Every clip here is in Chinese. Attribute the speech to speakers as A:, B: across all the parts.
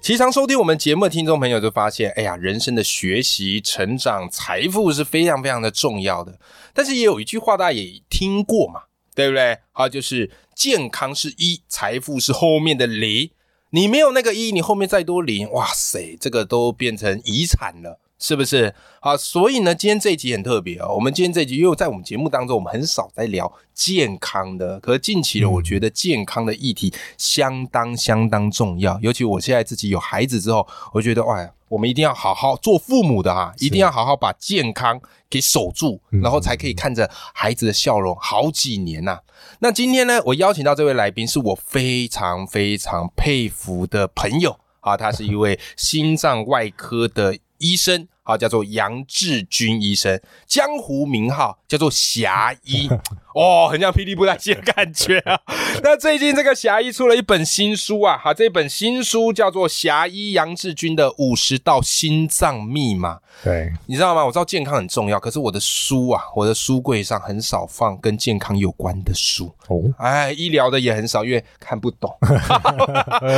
A: 时常收听我们节目的听众朋友就发现，哎呀，人生的学习、成长、财富是非常非常的重要的。但是也有一句话大家也听过嘛，对不对？啊，就是健康是一，财富是后面的零。你没有那个一，你后面再多零，哇塞，这个都变成遗产了。是不是？好，所以呢，今天这一集很特别哦。我们今天这一集，因为在我们节目当中，我们很少在聊健康的，可是近期的，我觉得健康的议题相当相当重要。尤其我现在自己有孩子之后，我觉得，哎，我们一定要好好做父母的啊，一定要好好把健康给守住，然后才可以看着孩子的笑容好几年啊呐、那今天呢，我邀请到这位来宾是我非常非常佩服的朋友啊，他是一位心脏外科的医生。啊，叫做杨志军医生，江湖名号叫做侠医，哦，很像霹雳布袋戏的感觉啊。那最近这个侠医出了一本新书啊，哈、这本新书叫做《侠医杨志军的五十道心脏密码》。
B: 对，
A: 你知道吗？我知道健康很重要，可是我的书啊，我的书柜上很少放跟健康有关的书。
B: 哦，
A: 哎，医疗的也很少，因为看不 懂。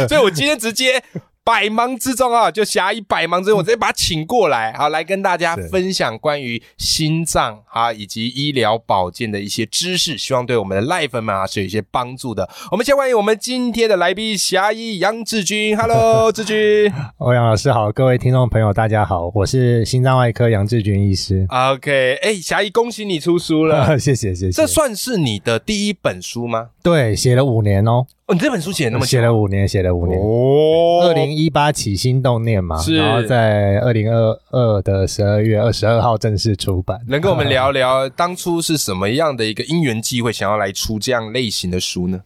A: 所以我今天直接百忙之中啊，就侠医百忙之中，我直接把他请过来，好来跟大家
B: 是
A: 分享关于心脏啊以及医疗保健的一些知识，希望对我们的赖粉们啊是有一些帮助的。我们先欢迎我们今天的来宾侠医杨志 军，Hello，志军。
B: 欧阳老师好，各位听众朋友大家好，我是心脏外科杨志军医师。
A: OK，哎、侠医，恭喜你出书了。
B: 谢谢谢谢，
A: 这算是你的第一本书吗？
B: 对写了五年哦，
A: 哦，你这本书写了那么久
B: 写了五年，写了五年。
A: 哦，
B: 二零一八起心动念嘛，
A: 是
B: 然后在二零二二的十二月二十二号正式出版。
A: 能跟我们聊聊当初是什么样的一个因缘际会，想要来出这样类型的书呢？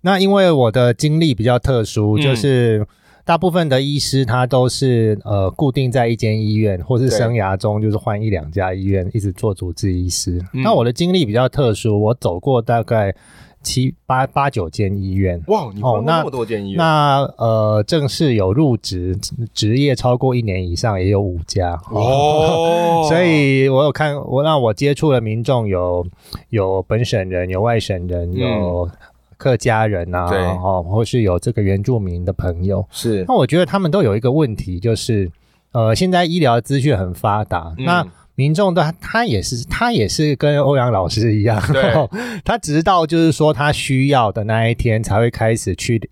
B: 那因为我的经历比较特殊，
A: 嗯
B: 就是大部分的医师他都是呃固定在一间医院，或是
A: 对
B: 生涯中就是换一两家医院，一直做主治医师。
A: 嗯
B: 那我的经历比较特殊，我走过大概七八八九间医院。
A: 哇，你
B: 哦
A: 帮
B: 那
A: 那么多建议，
B: 那呃，正式有入职职业超过一年以上也有五家
A: 哦
B: 所以我有看我让我接触的民众有有本省人，有外省人，
A: 嗯
B: 有客家人啊，
A: 对
B: 哦，或是有这个原住民的朋友。
A: 是
B: 那我觉得他们都有一个问题，就是呃，现在医疗资讯很发达，
A: 嗯
B: 那民众的他也是他也是跟欧阳老师一样
A: 对，
B: 他直到就是说他需要的那一天才会开始去。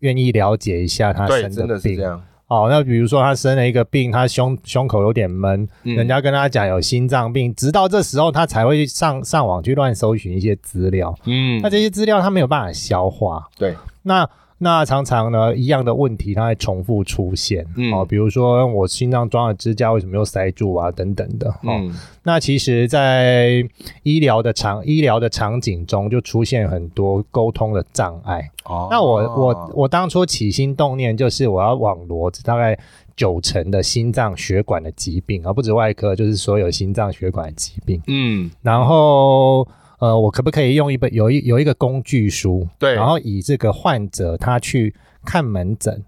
B: 愿意了解一下他
A: 对，
B: 生
A: 真的是
B: 病
A: 这样，
B: 哦，那比如说他生了一个病，他胸胸口有点闷，
A: 嗯
B: 人家跟他讲有心脏病，直到这时候他才会上上网去乱搜寻一些资料，
A: 嗯
B: 那，哦这些资料他没有办法消化，
A: 对，
B: 那那常常呢一样的问题它会重复出现，
A: 嗯
B: 哦，比如说我心脏装了支架为什么又塞住啊等等的，哦，
A: 嗯，
B: 那其实，在医疗的场医疗的场景中就出现很多沟通的障碍，
A: 哦
B: 那我我我当初起心动念就是我要网罗大概九成的心脏血管的疾病，而不止外科，就是所有心脏血管的疾病。
A: 嗯，
B: 然后呃，我可不可以用一本有一有一个工具书，
A: 对
B: 然后以这个患者他去看门诊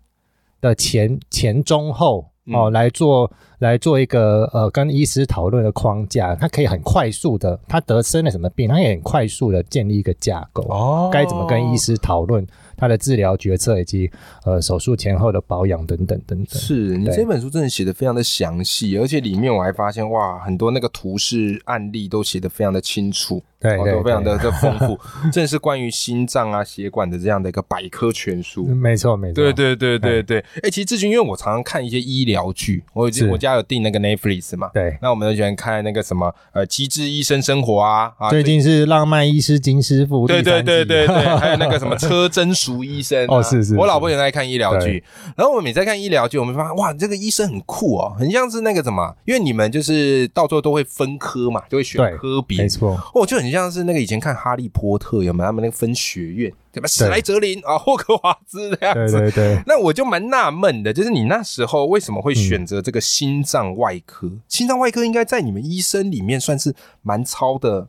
B: 的前前中后。
A: 嗯
B: 哦，来做来做一个呃，跟医师讨论的框架，他可以很快速的，他得生了什么病，他也很快速的建立一个架构。
A: 哦
B: 该怎么跟医师讨论他的治疗决策以及呃手术前后的保养等等等等。
A: 是你
B: 对
A: 这本书真的写的非常的详细，而且里面我还发现哇，很多那个图示案例都写的非常的清楚，
B: 对
A: 哦
B: 对
A: 都非常
B: 对
A: 的的丰富， 正是关于心脏啊血管的这样的一个百科全书。
B: 嗯没错没错，
A: 对对对对对，哎、其实志军，因为我常常看一些医疗剧，我有
B: 是
A: 我家有订那个 Netflix 嘛，
B: 对。
A: 那我们就喜欢看那个什么呃《机智医生生活》啊，啊
B: 最近是《浪漫医师金师傅》
A: 对对对对对，还有那个什么车贞熟医生、啊。
B: 哦是是
A: 我老婆也很爱看医疗剧，然后我们每次在看医疗剧，我们发现哇，这个医生很酷哦，很像是那个什么，因为你们就是到最后都会分科嘛，就会选
B: 对
A: 科别
B: 没，错，
A: 哦，就很像是那个以前看《哈利波特》有没有他们那个分学院，对吧？史莱哲林啊，霍格华兹这样
B: 对
A: 子。
B: 对对，
A: 那我就蛮纳闷的，就是你那时候为什么会
B: 嗯
A: 选择这个心脏外科？心脏外科应该在你们医生里面算是蛮超的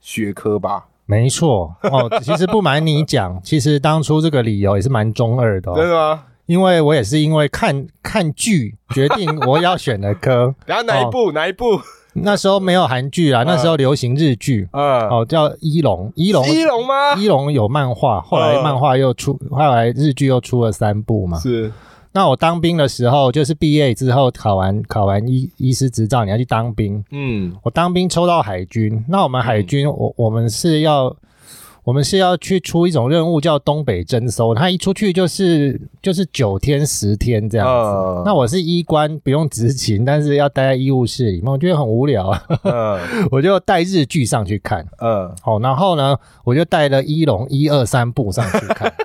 A: 学科吧？
B: 没错。哦，其实不瞒 你讲，其实当初这个理由也是蛮中二的、
A: 真
B: 哦，
A: 的吗？
B: 因为我也是因为看看剧决定我要选的 科。
A: 然后哪一
B: 哦
A: 部？哪一部？
B: 那时候没有韩剧啊，那时候流行日剧，
A: 嗯，
B: 哦，叫《一龙》，《一龙》
A: 一龙 吗？
B: 一龙有漫画，
A: 嗯
B: 后来漫画又出，后来日剧又出了三部嘛。
A: 是
B: 那我当兵的时候，就是毕业之后考完考完医医师执照，你要去当兵。
A: 嗯，
B: 我当兵抽到海军，那我们海军，我我们是要我们是要去出一种任务叫东北征搜，他一出去就是就是九天十天这样子。
A: 嗯
B: 那我是医官，不用执勤，但是要待在医务室里面，我觉得很无聊啊，
A: 嗯
B: 我就带日剧上去看。
A: 嗯，
B: 好，然后呢，我就带了一龙一二三部上去看。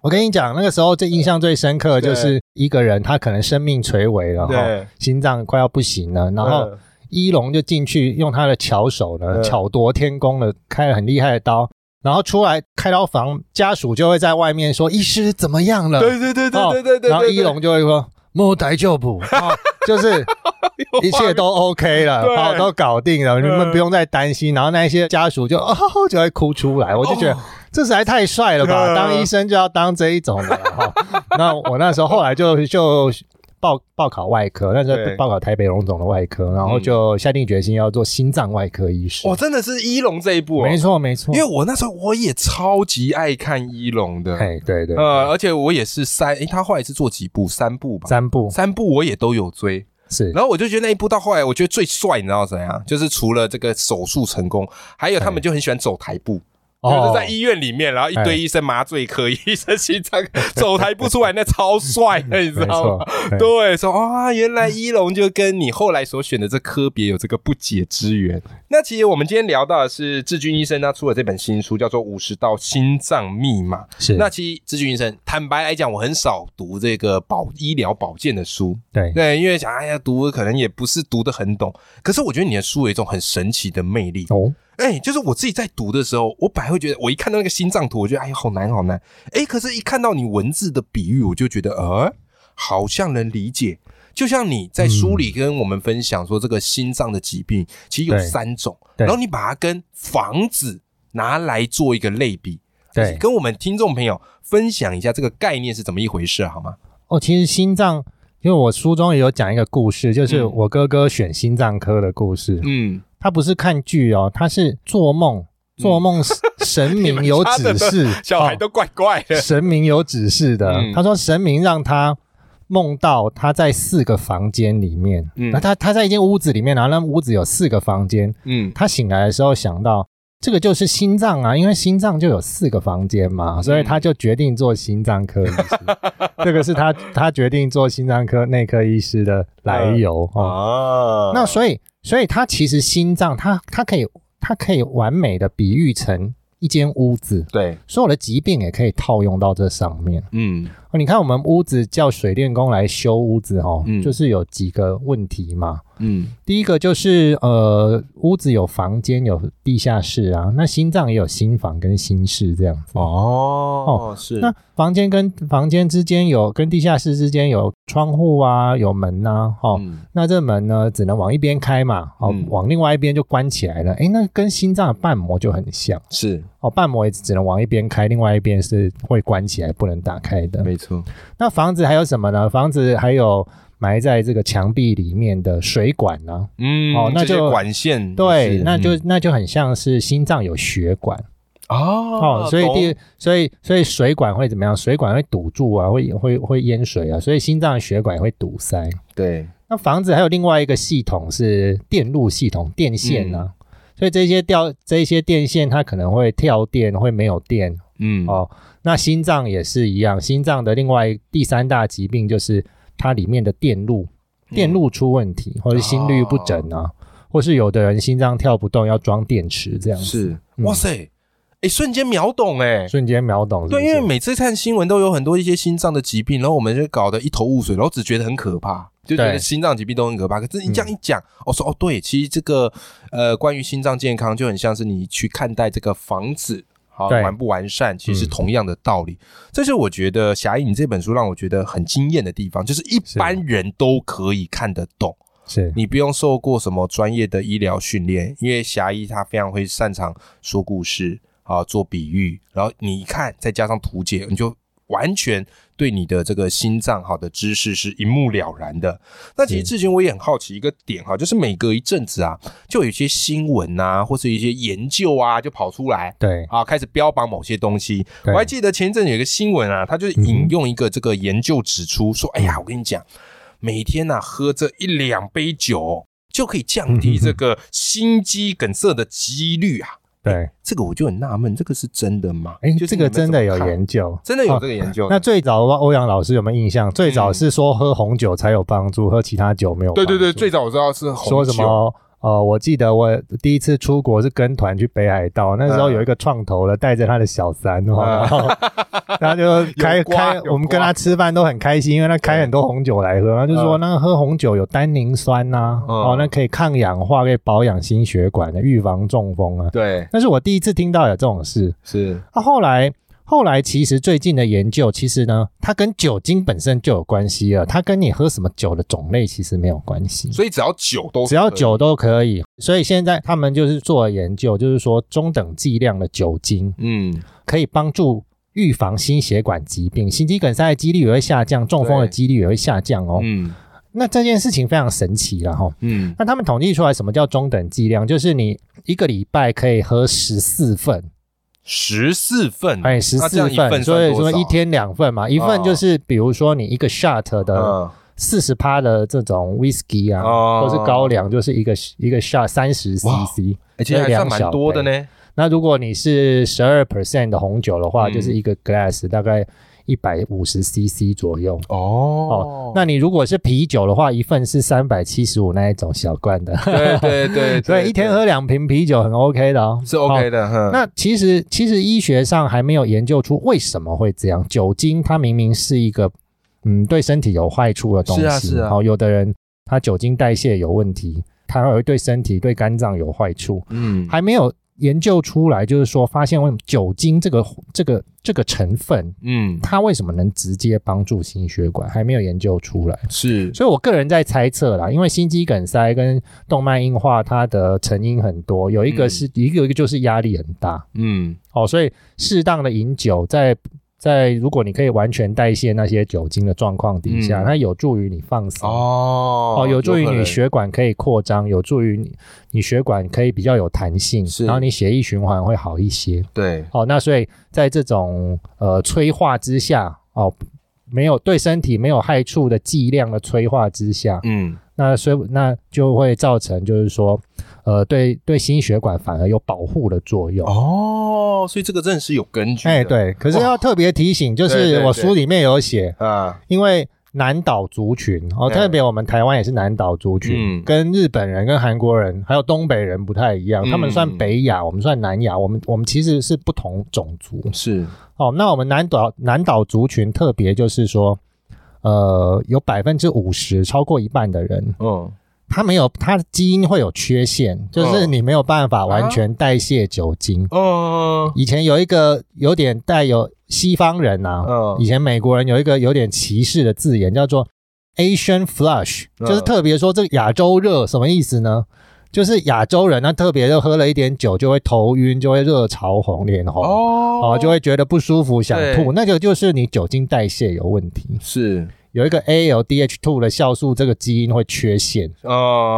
B: 我跟你讲，那个时候最印象最深刻的就是一个人，他可能生命垂危了哈，
A: 对。
B: 心脏快要不行了，然后
A: 嗯
B: 一龙就进去用他的巧手呢，
A: 嗯
B: 巧夺天工的，开了很厉害的刀，然后出来开刀房，家属就会在外面说医师怎么样了，
A: 对对对对对对对，
B: 呃哦然后
A: 对
B: 一龙就会说莫台就补，哦就是 一切都 OK 了，
A: 对
B: 好，都搞定了，你们不用再担心。然后那一些家属就哦就会哭出来，我就觉得
A: 哦
B: 这实在太帅了吧，
A: 嗯
B: 当医生就要当这一种的哈。 那我那时候后来就就。报报考外科，那时
A: 对嗯
B: 候报考台北荣总的外科，然后就下定决心要做心脏外科医师。
A: 我哦真的是一龙这一部、哦，
B: 没错没错，
A: 因为我那时候我也超级爱看一龙的，
B: 哎对对，
A: 呃，而且我也是三，诶、他后来是做几部？三部吧，
B: 三部
A: 三部我也都有追。
B: 是
A: 然后我就觉得那一部到后来，我觉得最帅，你知道怎样？就是除了这个手术成功，还有他们就很喜欢走台步，就是在医院里面，然后一堆
B: 哦哎
A: 医生麻醉科、医生心脏走台步出来，那超帅的，你知
B: 哦没
A: 道
B: 错
A: 吗？，
B: 对
A: 对，说啊，原来一龙就跟你后来所选的这科别有这个不解之缘。那其实我们今天聊到的是志军医生他出了这本新书，叫做《五十道心脏密码》。
B: 是
A: 那其实志军医生，坦白来讲，我很少读这个保医疗保健的书，
B: 对
A: 对，因为想哎呀，读可能也不是读的很懂。可是我觉得你的书有一种很神奇的魅力，
B: 哦
A: 哎、就是我自己在读的时候，我本来会觉得，我一看到那个心脏图，我觉得哎呀好难好难。哎、可是，一看到你文字的比喻，我就觉得，呃，好像能理解。就像你在书里跟我们分享说，这个心脏的疾病其实有
B: 嗯对
A: 三种，
B: 对
A: 然后你把它跟房子拿来做一个类比，
B: 对，
A: 跟我们听众朋友分享一下这个概念是怎么一回事，好吗？
B: 哦，其实心脏，因为我书中也有讲一个故事，就是
A: 嗯
B: 我哥哥选心脏科的故事。
A: 嗯，
B: 他不是看剧哦，他是做梦，做梦
A: 嗯
B: 神明有指示，
A: 小孩
B: 哦
A: 都怪怪的，
B: 神明有指示的。
A: 嗯
B: 他说神明让他梦到他在四个房间里面，
A: 嗯
B: 那他他在一间屋子里面，然后那屋子有四个房间。
A: 嗯
B: 他醒来的时候想到。这个就是心脏啊，因为心脏就有四个房间嘛，所以他就决定做心脏科医师。这个是他他决定做心脏科内科医师的来由
A: 啊
B: 哦。那所以所以他其实心脏，他他可以他可以完美的比喻成一间屋子，
A: 对，
B: 所有的疾病也可以套用到这上面。
A: 嗯
B: 哦、你看我们屋子叫水电工来修屋子哦，
A: 嗯
B: 就是有几个问题嘛。
A: 嗯
B: 第一个就是呃，屋子有房间有地下室啊，那心脏也有心房跟心室这样子。
A: 哦是
B: 那房间跟房间之间有跟地下室之间有窗户啊，有门呐、哦。
A: 嗯
B: 那这门呢，只能往一边开嘛，哦，
A: 嗯
B: 往另外一边就关起来了。诶，那跟心脏的瓣膜就很像
A: 是
B: 哦，瓣膜也只能往一边开，另外一边是会关起来，不能打开的。
A: 没错，
B: 那房子还有什么呢？房子还有埋在这个墙壁里面的水管呢、
A: 嗯
B: 哦那
A: 这些
B: 就
A: 管线
B: 对，
A: 是
B: 那就
A: 嗯
B: 那就很像是心脏有血管
A: 哦
B: 哦，所以
A: 懂
B: 第所以所以水管会怎么样？水管会堵住啊，会会会淹水啊，所以心脏的血管也会堵塞。
A: 对
B: 那房子还有另外一个系统是电路系统，电线啊。
A: 嗯
B: 所以这些掉这些电线，它可能会跳电，会没有电
A: 嗯
B: 哦。那心脏也是一样，心脏的另外第三大疾病就是它里面的电路
A: 嗯
B: 电路出问题，或者是心律不
A: 哦
B: 整啊，或是有的人心脏跳不动要装电池这样子。
A: 是
B: 嗯
A: 哇塞。哎，瞬间秒懂哎、
B: 瞬间秒懂是不
A: 对，
B: 是
A: 因为每次看新闻都有很多一些心脏的疾病，然后我们就搞得一头雾水，然后只觉得很可怕，就觉得
B: 对
A: 心脏疾病都很可怕。可是你这样一讲，我、说哦，对，其实这个呃，关于心脏健康就很像是你去看待这个房子。好
B: 对嗯
A: 完不完善，其实是同样的道理。这是我觉得《侠义》你这本书让我觉得很惊艳的地方，就是一
B: 是
A: 般人都可以看得懂。
B: 是
A: 你不用受过什么专业的医疗训练，因为侠医他非常会擅长说故事啊，做比喻，然后你一看，再加上图解，你就完全对你的这个心脏好的知识是一目了然的。那其实
B: 是
A: 至今我也很好奇一个点哈，就是每隔一阵子啊，就有一些新闻啊，或是一些研究啊，就跑出来，
B: 对
A: 啊，开始标榜某些东西。我
B: 对嗯
A: 还记得前一阵有一个新闻啊，他就是引用一个这个研究指出说，哎呀，我跟你讲，每天呐、喝这一两杯酒就可以
B: 嗯
A: 降低这个心肌梗塞的几率啊。
B: 对，
A: 这个我就很纳闷，这个是真的吗？
B: 哎，
A: 就是
B: 这
A: 你
B: 个
A: 们
B: 真的有
A: 怎么看，
B: 研究，
A: 真的有
B: 哦
A: 这个研究。
B: 那最早的话，欧阳老师有没有印象？最早是说喝红酒才有帮助，喝其他酒没有帮
A: 对
B: 助。
A: 对对，最早我知道是红
B: 说什
A: 酒
B: 么？呃，我记得我第一次出国是跟团去北海道，那时
A: 嗯
B: 候有一个创投的带着他的小三，哦
A: 啊
B: 然后然后就开
A: 有瓜
B: 开
A: 有，瓜
B: 我们跟他吃饭都很开心，因为他开很多红酒来喝，然后就说
A: 嗯
B: 那个喝红酒有单宁酸呐，
A: 嗯
B: 哦，那可以抗氧化，可以保养心血管的，预防中风 啊。
A: 对
B: 那是我第一次听到有这种事。
A: 是
B: 那、后来后来其实最近的研究，其实呢，它跟酒精本身就有关系了，它跟你喝什么酒的种类其实没有关系。
A: 所以只要酒都
B: 只要
A: 可以
B: 酒都可以，所以现在他们就是做了研究，就是说中等剂量的酒精
A: 嗯
B: 可以帮助预防心血管疾病，心肌梗塞的几率也会下降，中风的
A: 对
B: 几率也会下降哦。
A: 嗯
B: 那这件事情非常神奇了哈、
A: 嗯
B: 那他们统计出来什么叫中等剂量，就是你一个礼拜可以喝十四份，
A: 十四份
B: 哎，十
A: 嗯那这
B: 四
A: 样一
B: 份，
A: 份
B: 所
A: 算
B: 以
A: 多
B: 说
A: 少哦
B: 一天两份嘛，一份就是比如说你一个 shot 的
A: 嗯
B: 四十趴的这种 whisky 啊，
A: 哦
B: 或是高粱，就是一个一个 shot 三十
A: 哇
B: cc，
A: 而哎且还算蛮多的。
B: 所以两小杯
A: 呢。
B: 那如果你是十二 percent 的红酒的话，
A: 嗯
B: 就是一个 glass 大概一百五十 cc 左右。
A: 哦
B: 哦，那你如果是啤酒的话，一份是三百七十五那一种小罐的，
A: 对对对，
B: 所
A: 对
B: 以一天
A: 对
B: 喝两瓶啤酒很 OK 的哦，
A: 是
B: 哦
A: OK 的，哼，
B: 那其实其实医学上还没有研究出为什么会这样。酒精它明明是一个嗯对身体有坏处的东西，
A: 是啊是啊
B: 哦，有的人他酒精代谢有问题，他会对身体对肝脏有坏处，
A: 嗯，
B: 还没有研究出来，就是说发现为什么酒精这个这个这个成分。
A: 嗯
B: 它为什么能直接帮助心血管？还没有研究出来，
A: 是
B: 所以我个人在猜测啦，因为心肌梗塞跟动脉硬化，它的成因很多，有一个是、一个一个就是压力很大，
A: 嗯
B: 哦，所以适当的饮酒在，在如果你可以完全代谢那些酒精的状况底
A: 嗯
B: 下，它有助于你放松。
A: 哦
B: 哦有助于
A: 可
B: 你
A: 能
B: 血管可以扩张，有助于你你血管可以比较有弹性
A: 是，
B: 然后你血液循环会好一些。
A: 对
B: 哦，那所以在这种呃催化之下，哦，没有对身体没有害处的剂量的催化之下，
A: 嗯
B: 那所以那就会造成就是说，呃，对对心血管反而有保护的作用。
A: 哦，所以这个真的是有根据的，
B: 哎，对，可是
A: 哇
B: 要特别提醒，就
A: 对对
B: 是
A: 对
B: 我书里面有写，
A: 啊，
B: 因为南岛族群哦，
A: 哎
B: 特别我们台湾也是南岛族群，
A: 嗯
B: 跟日本人、跟韩国人还有东北人不太一样，
A: 嗯
B: 他们算北亚，我们算南亚，我们我们其实是不同种族
A: 是
B: 哦。那我们南岛南岛族群特别就是说，呃，有百分之五十超过一半的人，
A: 嗯
B: 他没有他的基因会有缺陷，就是
A: 哦
B: 你没有办法完全代谢酒精。
A: 哦
B: 以前有一个有点带有西方人啊呐、
A: 嗯
B: 以前美国人有一个有点歧视的字眼，叫做 Asian Flush，、
A: 嗯
B: 就是特别说这个亚洲热什么意思呢？就是亚洲人，他特别就喝了一点酒就会头晕，就会热潮红、脸红，哦
A: 哦
B: 就会觉得不舒服、想
A: 对
B: 吐，那个就是你酒精代谢有问题，
A: 是
B: 有一个 ALDH2 的酵素这个基因会缺陷。
A: 哦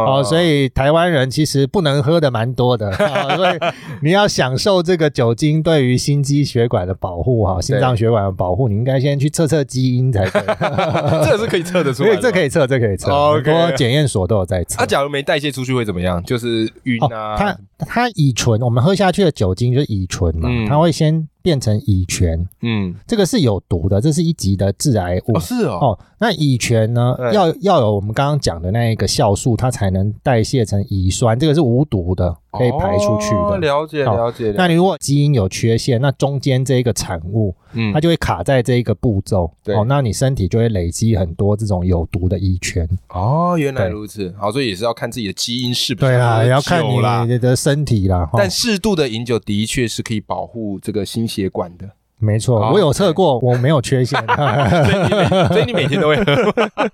B: 哦，所以台湾人其实不能喝的蛮多的、哦，所以你要享受这个酒精对于心肌血管的保护哈，心脏血管的保护，你应该先去测测基因 才对。
A: 这个是可以测得出
B: 所
A: 来
B: 以
A: 的，
B: 这可
A: 以。
B: 以测，这可以测，
A: 哦
B: 很
A: OK 啊
B: 多检验所都有在测
A: 他。假如没代谢出去会怎么样？就是晕
B: 哦，
A: 啊，
B: 它它乙醇，我们喝下去的酒精就是乙醇嘛，
A: 嗯
B: 它会先变成乙醛，
A: 嗯
B: 这个是有毒的，这是一级的致癌物
A: 哦。是哦
B: 哦，那乙醛呢
A: 对，
B: 要要有我们刚刚讲的那一个酵素，它才能代谢成乙酸，这个是无毒的。可以排出去的。
A: 哦、了解
B: 好
A: 了解。了解
B: 那你如果基因有缺陷，那中间这一个产物，
A: 嗯
B: 它就会卡在这一个步骤，
A: 对
B: 哦，那你身体就会累积很多这种有毒的乙醛。
A: 哦，原来
B: 对
A: 如此。好，所以也是要看自己的基因是不是
B: 对啦，
A: 喝
B: 也要看
A: 酒啦。
B: 你的身体啦。哈
A: 但适度的饮酒的确是可以保护这个心血管的，
B: 没错，
A: 哦
B: 我有测过，我没有缺陷。
A: 所以你每所以你每天都会喝，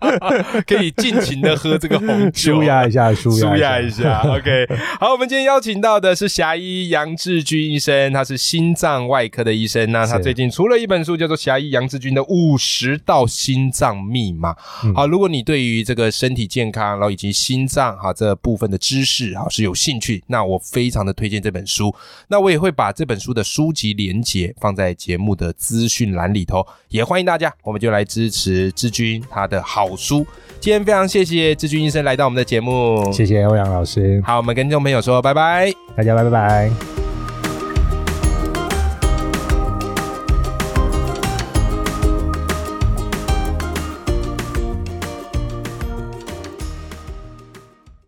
A: 可以尽情的喝这个红酒
B: 舒。压一下，舒
A: 舒
B: 压
A: 压一。 下，OK。好，我们今天邀请到的是侠医杨志军医生，他是心脏外科的医生。那他
B: 是
A: 最近出了一本书，叫做《侠医杨志军的五十道心脏密码》。
B: 嗯
A: 好，如果你对于这个身体健康，然后以及心脏哈这部分的知识哈是有兴趣，那我非常的推荐这本书。那我也会把这本书的书籍连结放在节目的资讯栏里头，也欢迎大家，我们就来支持志军他的好书。今天非常谢谢志军医生来到我们的节目，
B: 谢谢欧阳老师，
A: 好，我们跟听众朋友说拜拜。
B: 大家拜拜。